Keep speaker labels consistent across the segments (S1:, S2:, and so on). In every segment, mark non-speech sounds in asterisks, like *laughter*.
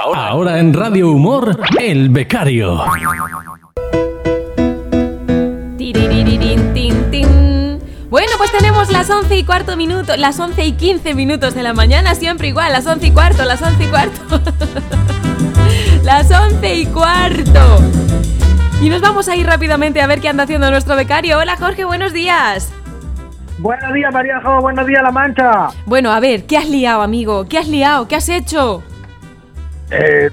S1: Ahora en Radio Humor, El Becario.
S2: Tiriririn, tin, tin. Bueno, pues tenemos las 11 y cuarto minutos, las 11 y 15 minutos de la mañana, siempre igual, las 11 y cuarto, las 11 y cuarto. *laughs* las 11 y cuarto. Y nos vamos a ir rápidamente a ver qué anda haciendo nuestro becario. Hola Jorge, buenos días.
S3: Buenos días, Maríajo. Buenos días, La Mancha.
S2: Bueno, a ver, ¿qué has liado, amigo? ¿Qué has liado? ¿Qué has hecho?
S3: Eh,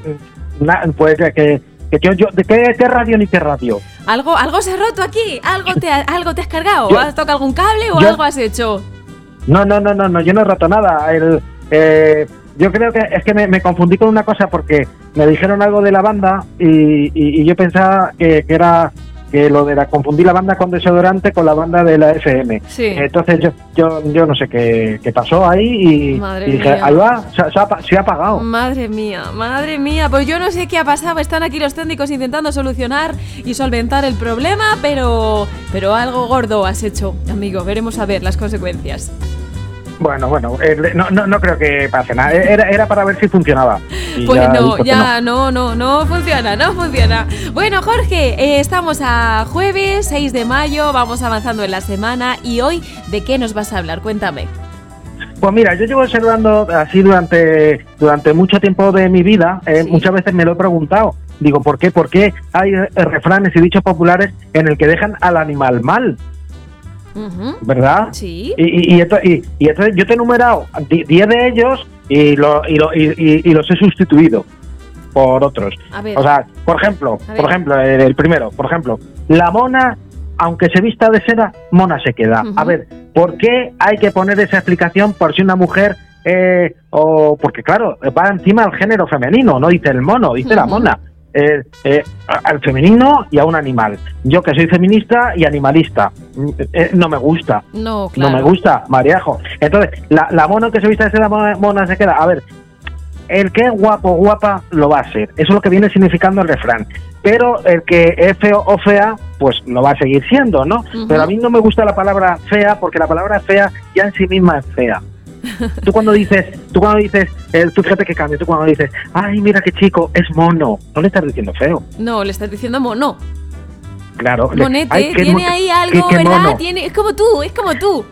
S3: na- pues eh, que, que yo, yo- ¿de qué, qué radio ni qué radio?
S2: ¿Algo, algo se ha roto aquí? ¿Algo te, ha- algo te has cargado?
S3: Yo-
S2: ¿Has tocado algún cable o
S3: yo-
S2: algo has hecho?
S3: No, no, no, no, no yo no he roto nada. El, eh, yo creo que es que me, me confundí con una cosa porque me dijeron algo de la banda y, y- y yo pensaba que, que era que lo de la confundí la banda con desodorante con la banda de la FM.
S2: Sí.
S3: Entonces yo, yo, yo no sé qué, qué pasó ahí y,
S2: Madre
S3: y dije,
S2: mía.
S3: ahí va, se, se ha, pa- se ha apagado.
S2: Madre mía, madre mía, pues yo no sé qué ha pasado, están aquí los técnicos intentando solucionar y solventar el problema, pero pero algo gordo has hecho, amigo, veremos a ver las consecuencias.
S3: Bueno, bueno, eh, no, no, no creo que pase nada. Eh, Era, era para ver si funcionaba. Y
S2: Pues
S3: ya he
S2: no,
S3: visto que
S2: ya no. no, no, funciona, no funciona. Bueno, Jorge, eh, estamos a jueves 6 de mayo, vamos avanzando en la semana y hoy, ¿de qué nos vas a hablar? Cuéntame.
S3: Pues mira, yo llevo observando así durante, durante mucho tiempo de mi vida, eh,
S2: Sí.
S3: muchas veces me lo he preguntado, digo, ¿por qué? ¿Por qué hay eh, refranes y dichos populares en el que dejan al animal mal,
S2: Ujú,
S3: verdad?
S2: Sí.
S3: Y, y, y esto- y- y entonces yo te he enumerado di- 10 de ellos y, lo- y lo- y- y- y los he sustituido por otros.
S2: A ver.
S3: O sea, por ejemplo,
S2: A ver.
S3: por ejemplo, el, el primero, por ejemplo, la mona, aunque se vista de seda, mona se queda.
S2: Ujú.
S3: A ver, ¿por qué hay que poner esa explicación por si una mujer eh, o porque claro va encima al género femenino, no dice el mono, dice la
S2: Ujú.
S3: mona. Eh, eh, a- al femenino y a un animal. Yo que soy feminista y animalista, mm, eh, no me gusta.
S2: no, claro.
S3: No me gusta, Mariajo. Entonces, la, la mona que se viste de seda mona, mona se queda. A ver, el que es guapo, guapa, lo va a ser. Eso es lo que viene significando el refrán. Pero el que es feo o fea, pues lo va a seguir siendo, ¿no?
S2: Ujú.
S3: Pero a mí no me gusta la palabra fea porque la palabra fea ya en sí misma es
S2: *laughs*
S3: fea. Tú cuando dices, tú cuando dices, eh, tú fíjate que cambia, tú cuando dices, ay, mira qué chico, es mono, no le estás diciendo feo,
S2: No, le estás diciendo mono.
S3: claro. le-
S2: Monete,
S3: "Ay, qué
S2: tiene
S3: mon-
S2: ahí
S3: qué-
S2: algo,
S3: qué
S2: ¿verdad?
S3: mono".
S2: Tiene, es como tú, es como tú.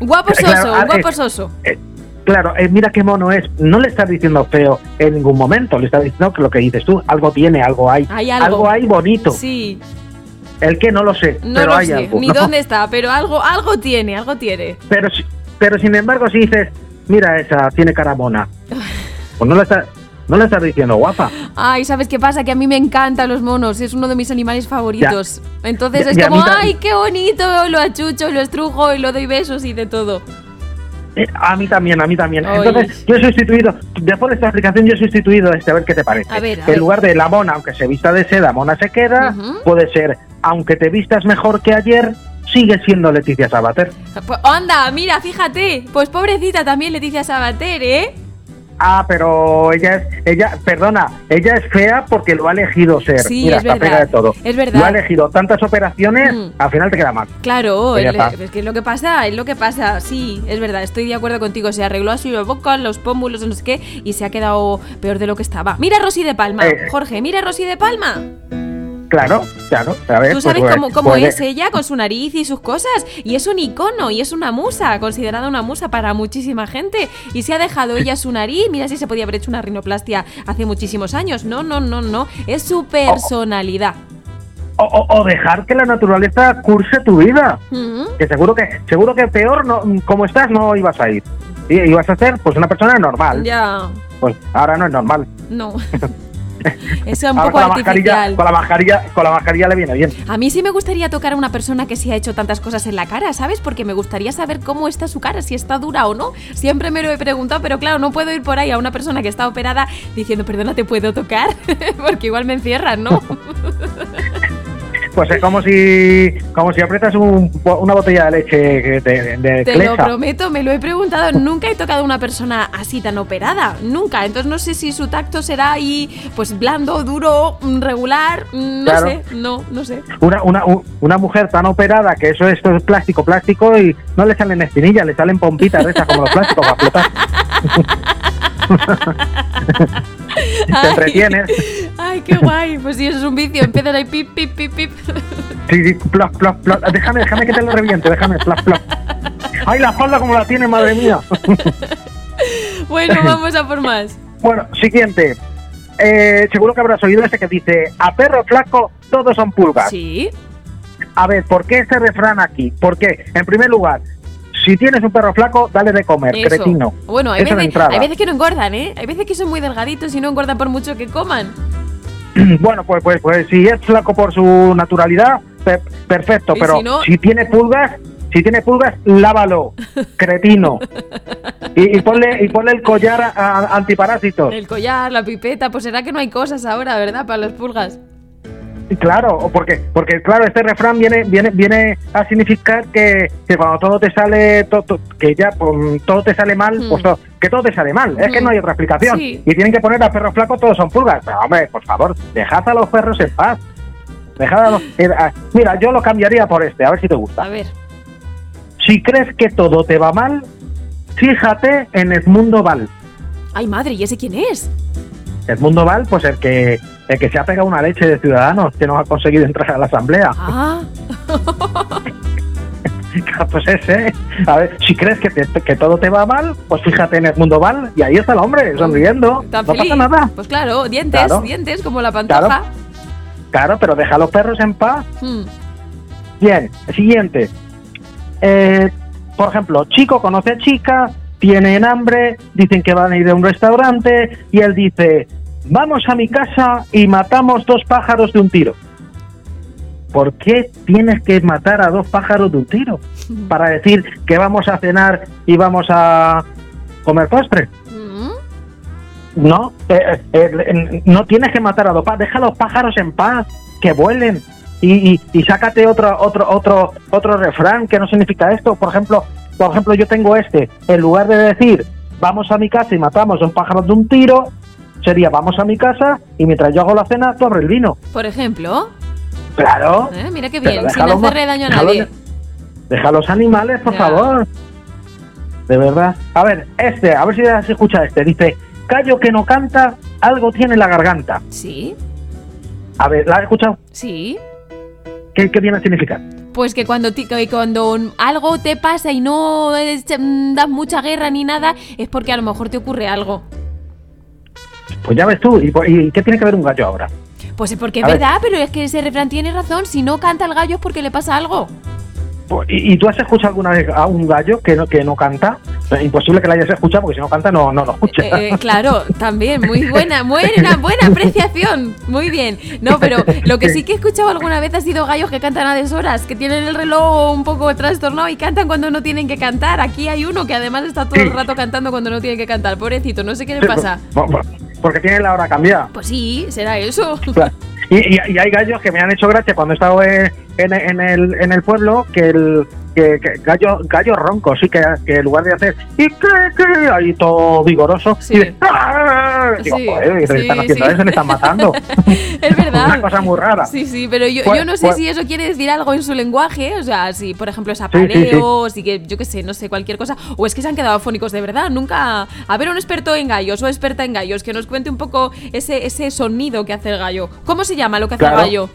S2: Guapo soso,
S3: Claro, ah,
S2: guapo
S3: eh,
S2: soso.
S3: Eh, claro, eh, mira qué mono es. No le estás diciendo feo en ningún momento, le estás diciendo que lo que dices tú, algo tiene, algo hay.
S2: Hay Ah, algo.
S3: hay bonito.
S2: Sí,
S3: El que no lo sé,
S2: no
S3: pero
S2: lo
S3: hay
S2: sé,
S3: algo.
S2: ni
S3: ¿no?
S2: dónde está, pero algo, algo tiene, algo tiene.
S3: Pero, si- pero sin embargo, si dices, mira esa, tiene
S2: *laughs*
S3: cara mona, pues no le estás, no le estás diciendo guapa.
S2: Ay, ¿sabes qué pasa? Que a mí me encantan los monos, es uno de mis animales favoritos. Entonces
S3: Ya-
S2: es
S3: ya a
S2: como,
S3: mí ta-
S2: ay, qué bonito, lo achucho, lo estrujo y lo doy besos y de todo.
S3: Eh, A mí también, a mí también.
S2: Ay.
S3: Entonces, yo he sustituido, después de esta explicación, yo he sustituido este, a ver qué te parece.
S2: A ver, a
S3: que
S2: ver.
S3: en lugar de la mona, aunque se vista de seda, mona se queda,
S2: Ujú.
S3: puede ser, aunque te vistas mejor que ayer, sigue siendo Leticia Sabater.
S2: Pues, onda, mira, fíjate, pues pobrecita también Leticia Sabater, ¿eh?
S3: Ah, pero ella es, ella, perdona, ella es fea porque lo ha elegido ser.
S2: Sí,
S3: Mira,
S2: es
S3: está
S2: verdad,
S3: pega de todo.
S2: es verdad.
S3: Lo ha elegido tantas operaciones,
S2: Mm.
S3: al final te queda mal.
S2: Claro,
S3: Pues ya
S2: es,
S3: está.
S2: es que es lo que pasa, es lo que pasa, sí, es verdad, estoy de acuerdo contigo, se arregló así la boca, los pómulos, no sé qué, y se ha quedado peor de lo que estaba. Mira a Rosy de Palma,
S3: Eh.
S2: Jorge, mira a Rosy de Palma.
S3: Claro, claro. A ver,
S2: Tú
S3: pues,
S2: sabes
S3: pues,
S2: cómo, cómo
S3: pues,
S2: es ella con su nariz y sus cosas, y es un icono, y es una musa, considerada una musa para muchísima gente, y se ha dejado ella su nariz, mira si se podía haber hecho una rinoplastia hace muchísimos años, no, no, no, no, es su personalidad.
S3: O, o- o dejar que la naturaleza curse tu vida.
S2: Mm.
S3: Que seguro que, seguro que peor no, como estás no ibas a ir. I- Ibas a ser pues una persona normal.
S2: Ya,
S3: Pues ahora no es normal. *laughs*
S2: no. Es un
S3: Ahora
S2: poco
S3: con la mascarilla,
S2: artificial.
S3: con la mascarilla, con la mascarilla le viene bien.
S2: A mí sí me gustaría tocar a una persona que se ha hecho tantas cosas en la cara, ¿sabes? Porque me gustaría saber cómo está su cara, si está dura o no. Siempre me lo he preguntado, pero claro, no puedo ir por ahí a una persona que está operada diciendo, perdona, te puedo tocar, *laughs* porque igual me encierran, ¿no?
S3: Pues es como si, como si aprietas un- una botella de leche que *laughs* te- de, de
S2: Te lo
S3: Clesa.
S2: prometo, me lo he preguntado. Nunca he tocado a una persona así tan operada, nunca. Entonces no sé si su tacto será ahí, pues blando, duro, mm, regular, mm, no
S3: Claro.
S2: sé, no, no sé.
S3: una, una, u- una mujer tan operada que eso esto es plástico, plástico y no le salen
S2: *laughs*
S3: espinillas, le salen pompitas de esas como los plásticos para flotar. *laughs* Te entretienes.
S2: *laughs* Ay, qué guay. Pues sí, eso es un vicio. Empiezas ahí pip, pip, pip, *laughs* pip.
S3: Sí, sí, plop, plop, plop. Déjame, déjame que te lo reviente, déjame, plop, plop. Ay, la espalda como la tiene, madre mía. *laughs*
S2: Bueno, vamos a por más.
S3: Bueno, siguiente. Eh, seguro que habrás oído ese que dice, a perro flaco todos son pulgas.
S2: Sí.
S3: A ver, ¿por qué ese refrán aquí? Porque, en primer lugar, si tienes un perro flaco, dale de comer,
S2: Eso.
S3: cretino.
S2: Bueno, hay
S3: Eso de
S2: veces,
S3: entrada.
S2: hay veces que no engordan, ¿eh? Hay veces que son muy delgaditos y no engordan por mucho que coman.
S3: *clears throat* Bueno, pues, pues, pues si es flaco por su naturalidad, pe- perfecto,
S2: Y
S3: pero
S2: si no-
S3: si tiene pulgas, si tiene pulgas, lávalo,
S2: *laughs*
S3: cretino. y, y ponle, y ponle el collar a- a- antiparásitos.
S2: El collar, la pipeta, pues será que no hay cosas ahora, ¿verdad? Para los pulgas.
S3: Y Claro, o porque, porque claro, este refrán viene, viene, viene a significar que, que cuando todo te sale, to- to- que ya pues, todo te sale mal,
S2: Mm.
S3: pues to- que todo te sale mal, es que
S2: Mm.
S3: no hay otra explicación.
S2: Sí.
S3: Y tienen que poner a perros flacos, todos son pulgas. Pero, hombre, por favor, dejad a los perros en paz. Dejad a
S2: *laughs*
S3: los- eh, ah, Mira, yo lo cambiaría por este, a ver si te gusta.
S2: A ver.
S3: Si crees que todo te va mal, fíjate en Edmundo Val.
S2: Ay, madre, ¿y ese quién es?
S3: Edmundo Val, pues el que, el que se ha pegado una leche de ciudadanos, que no ha conseguido entrar a la asamblea.
S2: Ah,
S3: *laughs* Pues ese, a ver, si crees que, te- que todo te va mal, pues fíjate en el mundo mal y ahí está el hombre, sonriendo.
S2: tan
S3: no
S2: feliz.
S3: pasa nada.
S2: Pues claro, dientes,
S3: Claro.
S2: dientes, como la pantoja.
S3: Claro, pero deja a los perros en paz.
S2: Hmm.
S3: Bien, siguiente. Eh, por ejemplo, chico conoce a chica, tienen hambre, dicen que van a ir a un restaurante y él dice, vamos a mi casa y matamos dos pájaros de un tiro. ¿Por qué tienes que matar a dos pájaros de un tiro? Para decir que vamos a cenar y vamos a comer postre.
S2: Mm.
S3: No, eh, eh, eh, no tienes que matar a dos pájaros, deja a los pájaros en paz, que vuelen. Y, y- y sácate otro, otro, otro, otro refrán que no significa esto. Por ejemplo, por ejemplo, yo tengo este. En lugar de decir vamos a mi casa y matamos a un pájaro de un tiro, sería vamos a mi casa y mientras yo hago la cena, tú abre el vino.
S2: Por ejemplo,
S3: Claro.
S2: ¿eh? mira qué
S3: Pero
S2: bien, sin
S3: déjalo ma-
S2: hacerle daño a
S3: déjalo-
S2: nadie.
S3: Deja a los animales, por
S2: Ya.
S3: favor. De verdad. A ver, este, a ver si se escucha este. Dice, callo que no canta, algo tiene en la garganta.
S2: Sí,
S3: A ver, ¿la has escuchado?
S2: sí.
S3: ¿Qué, qué viene a significar?
S2: Pues que cuando, ti- que cuando un- algo te pasa y no es- mm, das mucha guerra ni nada, es porque a lo mejor te ocurre algo.
S3: Pues ya ves tú, ¿y, por- y qué tiene que ver un gallo ahora?
S2: Pues es porque es
S3: A ver.
S2: verdad, pero es que ese refrán tiene razón. Si no canta el gallo es porque le pasa algo.
S3: Pues, ¿Y, y tú has escuchado alguna vez a un gallo que no, que no canta? Es imposible que lo hayas escuchado porque si no canta no, no lo escucha.
S2: Eh, eh, claro, también, muy buena, buena, buena apreciación. Muy bien. No, pero lo que sí que he escuchado alguna vez ha sido gallos que cantan a deshoras, que tienen el reloj un poco trastornado y cantan cuando no tienen que cantar. Aquí hay uno que además está todo el
S3: Sí.
S2: rato cantando cuando no tiene que cantar. Pobrecito, no sé qué le pasa.
S3: Por- por- *laughs* Porque tiene la hora cambiada.
S2: Pues sí, será eso.
S3: Claro. Y, y- y hay gallos que me han hecho gracia cuando he estado en, en- en el, en el pueblo que el que, que gallo gallo ronco sí que, que en lugar de hacer y que, que ahí todo vigoroso
S2: Sí.
S3: y de, "¡Ah!". digo,
S2: Sí,
S3: joder, le
S2: sí,
S3: están haciendo
S2: sí.
S3: eso le
S2: *laughs*
S3: están matando
S2: *laughs* Es verdad.
S3: una cosa muy rara
S2: Sí, sí, pero yo,
S3: Pues-
S2: yo no sé
S3: pues-
S2: si eso quiere decir algo en su lenguaje, o sea, si por ejemplo es
S3: sí, sí.
S2: apareo, si que yo qué sé, no sé, cualquier cosa, o es que se han quedado afónicos de verdad, nunca... A ver, un experto en gallos o experta en gallos, que nos cuente un poco ese, ese sonido que hace el gallo. ¿Cómo se llama lo que hace
S3: Claro.
S2: el gallo?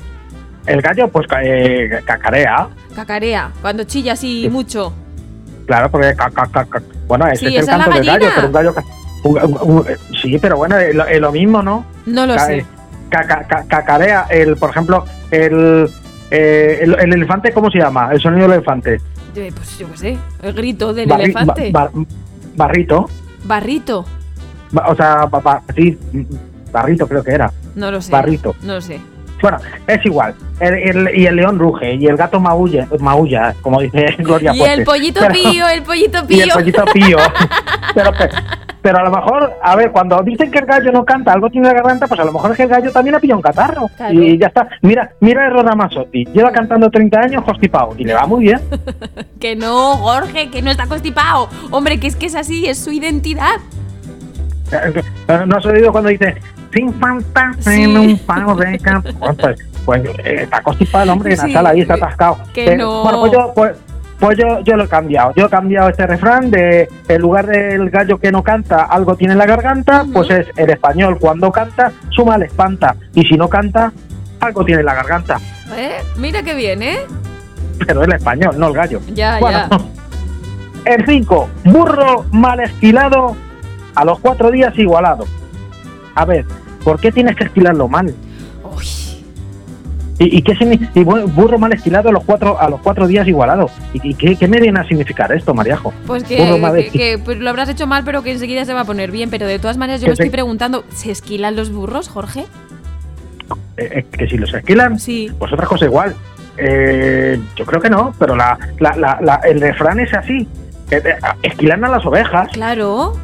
S3: el gallo pues ca- eh, cacarea
S2: Cacarea, cuando chilla así
S3: Sí.
S2: mucho.
S3: Claro, porque ca- ca- ca- ca- bueno, ese
S2: Sí,
S3: es el
S2: esa es la
S3: canto del gallo,
S2: gallina.
S3: pero un gallo ca- un- un- un- sí, pero bueno, es lo, es lo mismo, ¿no?
S2: No lo
S3: Ca- eh,
S2: sé.
S3: ca- ca- ca- cacarea, el, por ejemplo, el, eh, el, el elefante, ¿cómo se llama? El sonido del elefante.
S2: Eh, Pues yo qué sé, el grito del
S3: Barri-
S2: elefante.
S3: ba- bar- barrito,
S2: Barrito,
S3: Ba- o sea, ba- ba- sí, barrito creo que era.
S2: no lo sé.
S3: Barrito.
S2: No lo sé.
S3: Bueno, es igual. El- el- y el león ruge, y el gato maulla, maulla como dice *laughs* Gloria
S2: Y
S3: Fuertes.
S2: el
S3: *laughs*
S2: pollito
S3: Pero-
S2: pío, el pollito
S3: pues y el
S2: pío.
S3: pollito pío.
S2: *laughs*
S3: pero, que- pero a lo mejor, a ver, cuando dicen que el gallo no canta, algo tiene la garganta, pues a lo mejor es que el gallo también ha pillado un catarro.
S2: Claro.
S3: Y ya está. Mira, mira a Roda Masotti. Lleva cantando 30 años constipado y le va muy bien.
S2: Que no, Jorge, que no está constipado. Hombre, que es que es así, es su identidad.
S3: Eh, ¿No has oído cuando dice sin falta
S2: Sí.
S3: en un pavo de
S2: *laughs*
S3: campo? Pues, pues, eh, está constipado el hombre en
S2: Sí,
S3: la sala ahí, está
S2: eh,
S3: atascado.
S2: que
S3: Eh,
S2: no.
S3: Bueno, pues yo, pues, Pues yo, yo lo he cambiado. Yo he cambiado este refrán de en lugar del gallo que no canta, algo tiene en la garganta,
S2: Ujú.
S3: pues es el español. Cuando canta, su mal espanta. Y si no canta, algo tiene en la garganta.
S2: ¿Eh? Mira qué bien, ¿eh?
S3: Pero el español, no el gallo.
S2: Ya,
S3: Bueno,
S2: ya.
S3: *laughs* el 5, burro mal esquilado, a los cuatro días igualado. A ver, ¿por qué tienes que esquilarlo mal?
S2: Uy,
S3: ¿Y, y qué signi- y bu- burro mal esquilado a los cuatro, a los cuatro días igualado? ¿Y, y qué, qué me viene a significar esto, Mariajo?
S2: pues que,
S3: Burro mal
S2: que,
S3: esqui-
S2: que, pues lo habrás hecho mal, pero que enseguida se va a poner bien. Pero de todas maneras, yo
S3: Que
S2: me estoy
S3: se-
S2: preguntando, ¿se esquilan los burros, Jorge?
S3: Eh, eh, que si los esquilan,
S2: Sí.
S3: pues otra cosa igual. Eh, yo creo que no, pero la, la- la- la- el refrán es así. Eh, eh, Esquilan a las ovejas.
S2: Claro.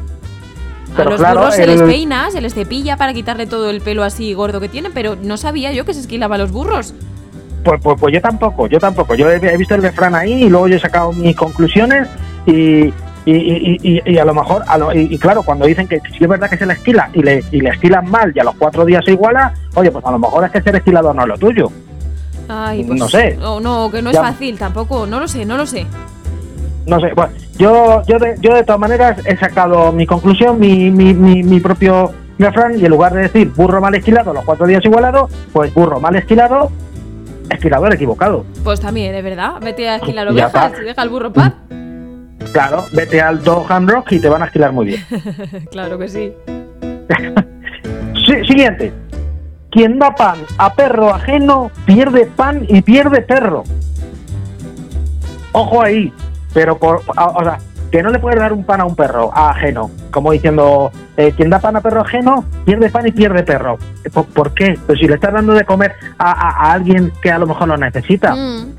S2: A
S3: Pero
S2: los
S3: claro,
S2: burros se les
S3: el-
S2: peina, se les cepilla para quitarle todo el pelo así gordo que tienen, pero no sabía yo que se esquilaba a los burros.
S3: Pues, pues, pues yo tampoco, yo tampoco. Yo he, he visto el refrán ahí y luego yo he sacado mis conclusiones y, y, y- y- y a lo mejor, a lo- y, y claro, cuando dicen que si es verdad que se le esquila y le, y le esquilan mal y a los cuatro días se iguala, oye, pues a lo mejor es que ser esquilado no es lo tuyo.
S2: Ay, pues,
S3: No sé.
S2: No, no, que no
S3: Ya-
S2: es fácil tampoco. No lo sé, no lo sé.
S3: No sé, bueno, yo, yo, de, yo de todas maneras he sacado mi conclusión, mi, mi, mi, mi propio refrán y en lugar de decir burro mal esquilado, a los cuatro días igualado, pues burro mal esquilado, esquilador equivocado.
S2: Pues también, es verdad. Vete a esquilar
S3: Ya
S2: ovejas
S3: está.
S2: y deja al burro en paz.
S3: Claro, vete al Dohan Rock y te van a esquilar muy bien.
S2: claro que sí.
S3: Sí, siguiente. Quien da pan a perro ajeno pierde pan y pierde perro. Ojo ahí. Pero por, a- o sea, que no le puedes dar un pan a un perro a ajeno. Como diciendo, eh, quien da pan a perro ajeno pierde pan y pierde perro. Eh, ¿Por, por qué? Pues si le estás dando de comer a, a- a alguien que a lo mejor lo necesita.
S2: Mm.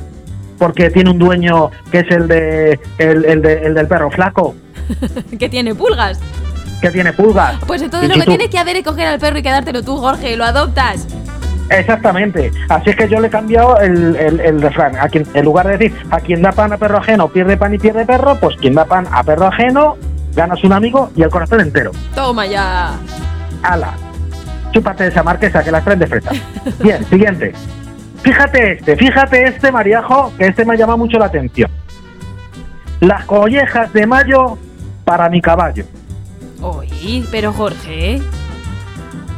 S2: *laughs*
S3: Porque tiene un dueño que es el, de, el, el de- el del perro flaco,
S2: que tiene pulgas.
S3: que tiene pulgas.
S2: Pues entonces
S3: Y
S2: lo
S3: si
S2: que
S3: tú-
S2: tienes que hacer es coger al perro y quedártelo tú, Jorge, lo adoptas.
S3: Exactamente. Así es que yo le he cambiado el, el- el refrán. A quien, en lugar de decir a quien da pan a perro ajeno pierde pan y pierde perro, pues quien da pan a perro ajeno ganas un amigo y el corazón entero.
S2: Toma ya.
S3: Ala. Chúpate esa marquesa que las traen de fresa. Bien, siguiente. Fíjate este, fíjate este, Mariajo, que este me llama mucho la atención. Las collejas de mayo para mi caballo.
S2: Oye, pero Jorge,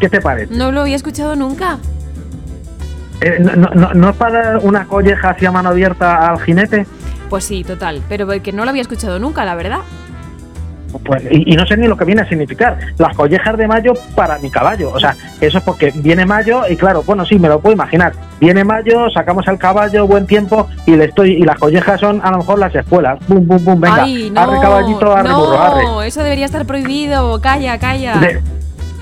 S3: ¿Qué te parece?
S2: no lo había escuchado nunca.
S3: Eh, no, no- no- ¿No es para dar una colleja hacia mano abierta al jinete?
S2: Pues sí, total, pero que no lo había escuchado nunca, la verdad.
S3: Pues, y, y no sé ni lo que viene a significar. Las collejas de mayo para mi caballo. O sea, eso es porque viene mayo y claro, bueno, sí, me lo puedo imaginar. Viene mayo, sacamos al caballo, buen tiempo y le estoy y las collejas son a lo mejor las escuelas. Bum, bum, bum, venga.
S2: Ay, no,
S3: arre caballito, arre
S2: no,
S3: burro, arre.
S2: eso debería estar prohibido. Calla, calla.
S3: De-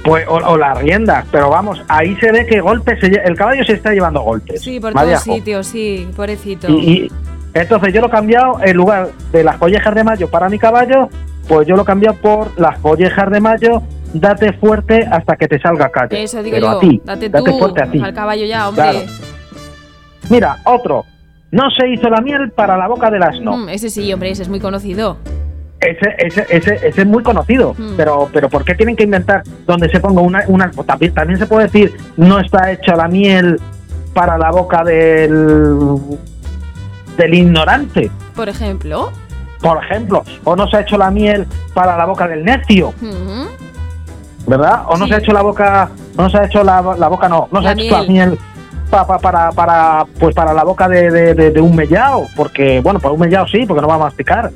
S3: pues, o, o las riendas, pero vamos, ahí se ve que golpes, se lle- el caballo se está llevando golpes.
S2: Sí, por
S3: Madre
S2: todos
S3: ajo.
S2: sitios, sí, pobrecito.
S3: Y, y- entonces yo lo he cambiado, en lugar de las collejas de mayo para mi caballo, pues yo lo he cambiado por las collejas de mayo, date fuerte hasta que te salga calle.
S2: Eso digo
S3: Pero
S2: yo.
S3: a ti,
S2: date tú
S3: date fuerte a ti.
S2: al caballo ya, hombre.
S3: Claro. Mira, otro. No se hizo la miel para la boca del asno.
S2: Mm, ese sí, hombre, ese es muy conocido.
S3: Ese, ese, ese, ese es muy conocido.
S2: Mm.
S3: Pero, pero ¿por qué tienen que inventar donde se ponga una... una o también, también se puede decir, no está hecha la miel para la boca del... del ignorante.
S2: Por ejemplo.
S3: por ejemplo, o no se ha hecho la miel para la boca del necio,
S2: Mm.
S3: ¿verdad? O no
S2: Sí.
S3: se ha hecho la boca, o no se ha hecho la, la boca, no, no se
S2: La
S3: ha hecho la
S2: miel.
S3: miel pa- pa- para, para, pues para la boca de, de- de- de un mellao, porque, bueno, para un mellao sí, porque no va a masticar,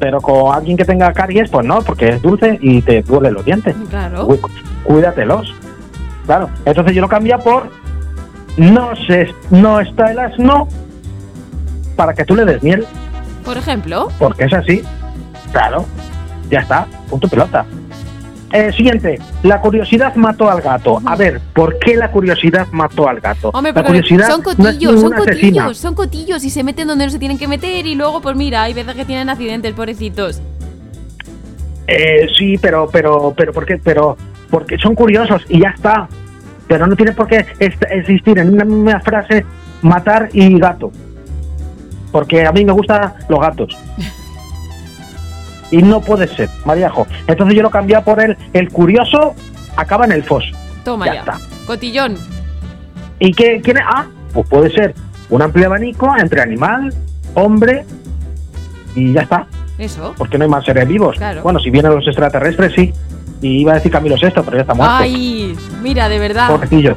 S3: pero con alguien que tenga caries, pues no, porque es dulce y te duelen los dientes.
S2: Claro.
S3: Uy, cu- Cuídatelos. Claro, entonces yo lo cambia por no, se, no está el asno para que tú le des miel.
S2: Por ejemplo.
S3: Porque es así. Claro. Ya está. Punto pelota. Eh, siguiente. La curiosidad mató al gato. A ver, ¿por qué la curiosidad mató al gato?
S2: Hombre,
S3: la
S2: pero
S3: curiosidad
S2: son
S3: no es
S2: cotillos, son
S3: ninguna asesina.
S2: cotillos, son cotillos y se meten donde no se tienen que meter y luego, pues mira, hay veces que tienen accidentes, pobrecitos.
S3: Eh, sí, pero, pero, pero, ¿por qué? Pero, porque son curiosos y ya está. Pero no tiene por qué est- existir en una misma frase matar y gato. Porque a mí me gustan los gatos. Y no puede ser, Mariajo. Entonces yo lo cambié por el, el curioso acaba en el fos.
S2: Toma
S3: Ya
S2: ya.
S3: está.
S2: Cotillón.
S3: ¿Y qué, quién es? Ah, pues puede ser un amplio abanico entre animal, hombre y ya está,
S2: Eso.
S3: porque no hay más seres vivos.
S2: Claro.
S3: Bueno, si vienen los extraterrestres, sí. Y iba a decir Camilo VI, pero ya está muerto.
S2: Ay, mira, de verdad.
S3: Pobrecillo.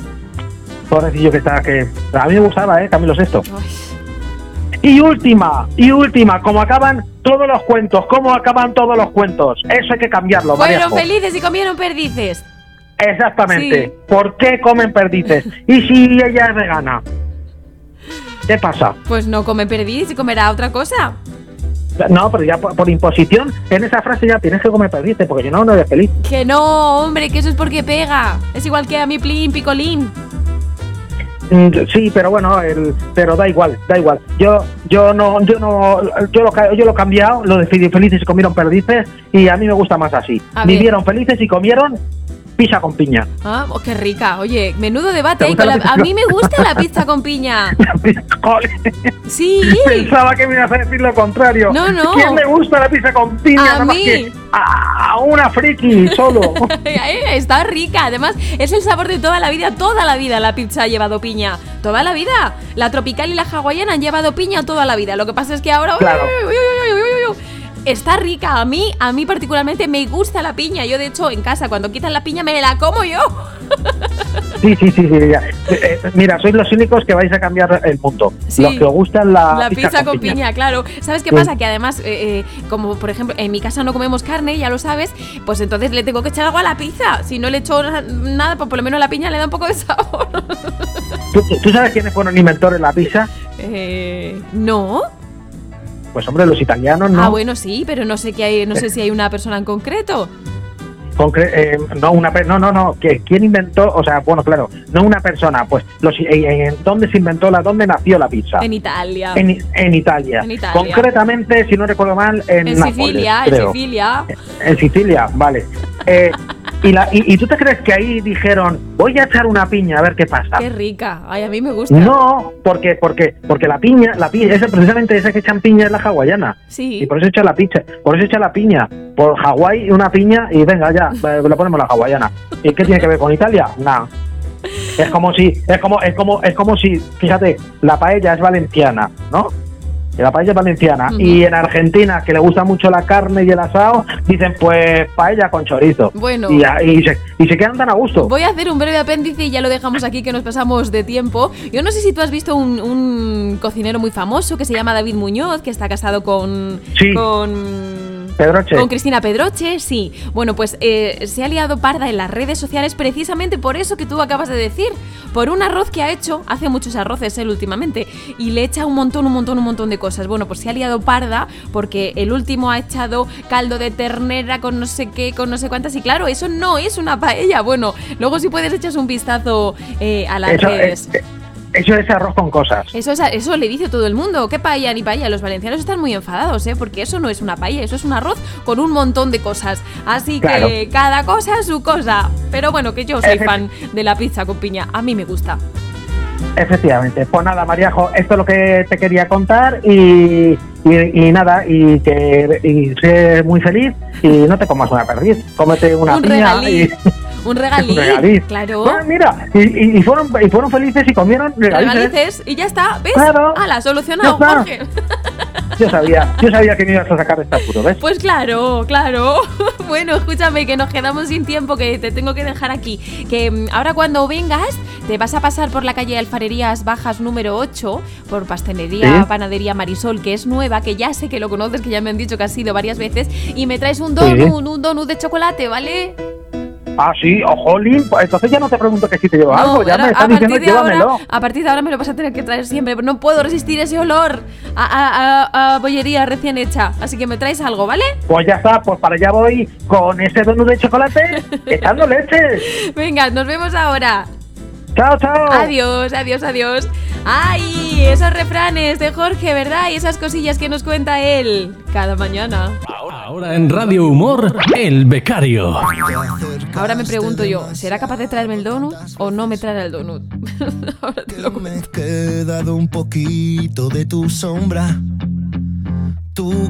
S3: Pobrecillo que está, que... A mí me gustaba, ¿eh? Camilo VI.
S2: Ay,
S3: Y última, y última, como acaban todos los cuentos, cómo acaban todos los cuentos. Eso hay que cambiarlo,
S2: Fueron
S3: Maríajo.
S2: felices y comieron perdices.
S3: Exactamente.
S2: Sí.
S3: ¿Por qué comen
S2: *laughs*
S3: perdices? ¿Y si ella es vegana? ¿Qué pasa?
S2: Pues no come perdices y comerá otra cosa.
S3: No, pero ya por, por imposición, en esa frase ya tienes que comer perdices, porque si no, no eres feliz.
S2: Que no, hombre, que eso es porque pega. Es igual que a mi plin picolín.
S3: Mm, Sí, pero bueno, el, pero da igual, da igual. Yo, yo no, yo no, yo lo, ca- yo lo he cambiado, lo de fe- felices y comieron perdices, y a mí me gusta más así.
S2: A ver.
S3: Vivieron felices y comieron pizza con piña. *laughs*
S2: Ah, oh, qué rica. Oye, menudo debate.
S3: ¿Te
S2: ahí
S3: gusta
S2: con
S3: la
S2: la-
S3: pizza?
S2: A mí me gusta la pizza con
S3: *laughs*
S2: piña.
S3: Jole,
S2: Sí.
S3: Pensaba que me ibas a decir lo contrario.
S2: No, no.
S3: ¿Quién le gusta la pizza con piña?
S2: A
S3: Nada más
S2: mí.
S3: que a a una
S2: *laughs*
S3: friki solo.
S2: Eh, Está rica, además es el sabor de toda la vida, toda la vida la pizza ha llevado piña, toda la vida. La tropical y la hawaiana han llevado piña toda la vida. Lo que pasa es que ahora uy,
S3: Claro.
S2: uy, uy, uy, uy, uy, uy, uy. está rica. A mí, a mí particularmente me gusta la piña. Yo de hecho en casa cuando quitan la piña me la como yo.
S3: sí, sí, sí, sí, ya. Eh, eh, mira, sois los únicos que vais a cambiar el mundo.
S2: Sí.
S3: Los que os gustan la,
S2: La pizza, con, Ah, piña. Pues claro. ¿Sabes qué
S3: Sí.
S2: pasa? Que además, eh, eh, como por ejemplo, en mi casa no comemos carne, ya lo sabes, pues entonces le tengo que echar algo a la pizza. Si no le echo na- nada, pues por lo menos la piña le da un poco de *laughs* sabor.
S3: ¿Tú, tú sabes quiénes fueron inventores de la pizza?
S2: Eh, no.
S3: Pues hombre, los italianos, ¿no?
S2: Ah, bueno, sí, pero no sé qué hay, no sé si hay una persona en concreto.
S3: Concre- eh, no, una per- no, no, no. que- ¿Quién inventó? O sea, bueno, claro, no una persona. Pues, los, eh, eh, ¿dónde se inventó la, dónde nació la pizza?
S2: En Italia.
S3: En, en Italia.
S2: En Italia.
S3: Concretamente, si no recuerdo mal, en,
S2: En
S3: Nápoles,
S2: Sicilia, en
S3: creo.
S2: Sicilia.
S3: En Sicilia, vale. Eh, y, la- y- y tú te crees que ahí dijeron, voy a echar una piña a ver qué pasa?
S2: Qué rica. Ay, a mí me gusta.
S3: No, porque porque porque la piña, la piña, esa, precisamente esa que echan piña es la hawaiana.
S2: Sí.
S3: Y por eso echa la piña, por eso echa la piña. Por Hawái una piña y
S2: *laughs*
S3: venga ya, eh, la ponemos la hawaiana. ¿Y qué tiene que ver con Italia? Nada. Es como si, es como, es como, es como si, fíjate, la paella es valenciana, ¿no? Y La paella es valenciana.
S2: Ujú.
S3: Y en Argentina, que le gusta mucho la carne y el asado, dicen pues paella con chorizo.
S2: Bueno.
S3: Y, a- y se, y se quedan tan a gusto.
S2: Voy a hacer un breve apéndice y ya lo dejamos aquí que nos pasamos de tiempo. Yo no sé si tú has visto un, un cocinero muy famoso que se llama David Muñoz, que está casado con...
S3: Sí.
S2: con
S3: Pedroche.
S2: Con Cristina Pedroche, sí. Bueno, pues eh, se ha liado parda en las redes sociales precisamente por eso que tú acabas de decir. Por un arroz que ha hecho, hace muchos arroces él últimamente, y le echa un montón, un montón, un montón de cosas. Bueno, pues se ha liado parda porque el último ha echado caldo de ternera con no sé qué, con no sé cuántas. Y claro, eso no es una paella. Bueno, luego si puedes echas un vistazo eh, a las
S3: eso,
S2: redes.
S3: eh, eso es arroz con cosas.
S2: Eso, es- eso le dice todo el mundo. ¿Qué paella ni paella? Los valencianos están muy enfadados, ¿eh? Porque eso no es una paella, eso es un arroz con un montón de cosas. Así
S3: Claro.
S2: que cada cosa su cosa. Pero bueno, que yo soy fan de la pizza con piña. A mí me gusta.
S3: Efectivamente. Pues nada, Mariajo, esto es lo que te quería contar y, y- y nada, y que y sé muy feliz y no te comas una perdiz, cómete una
S2: un,
S3: piña
S2: regalí,
S3: y-
S2: un
S3: *laughs* un
S2: regalí.
S3: regaliz.
S2: Claro.
S3: Bueno, mira, y, y- y fueron, y fueron felices y comieron regalices.
S2: Regalices y ya está. ¿Ves?
S3: Claro.
S2: ¡Hala! Solucionado,
S3: Ya está.
S2: Jorge.
S3: Yo sabía, yo sabía que me ibas a sacar de este apuro, ¿ves?
S2: Pues claro, claro. *laughs* Bueno, escúchame, que nos quedamos sin tiempo, que te tengo que dejar aquí. Que mm, ahora cuando vengas, te vas a pasar por la calle Alfarerías Bajas número 8, por Pastelería
S3: Sí.
S2: Panadería Marisol, que es nueva, que ya sé que lo conoces, que ya me han dicho que has ido varias veces, y me traes un donut, un donut de chocolate, ¿vale?
S3: Ah, sí, ojolín, pues entonces ya no te pregunto que si te llevo algo, ya
S2: ahora-
S3: me están diciendo llévamelo.
S2: ahora, a partir de ahora me lo vas a tener que traer siempre, no puedo resistir ese olor a, a- a- a bollería recién hecha, así que me traes algo, ¿vale? *laughs*
S3: Pues ya está, pues para allá voy con ese donut
S2: *laughs*
S3: de chocolate echando leches.
S2: Venga, nos vemos ahora.
S3: Chao, chao.
S2: Adiós, adiós, adiós. ¡Ay! Esos refranes de Jorge, ¿verdad? Y esas cosillas que nos cuenta él cada mañana.
S1: Ahora en Radio Humor, El Becario.
S2: Ahora me pregunto yo, ¿será capaz de traerme el donut o no me traerá el donut? Ahora *laughs* te
S4: que
S2: lo
S4: me he quedado un poquito de tu sombra. Tú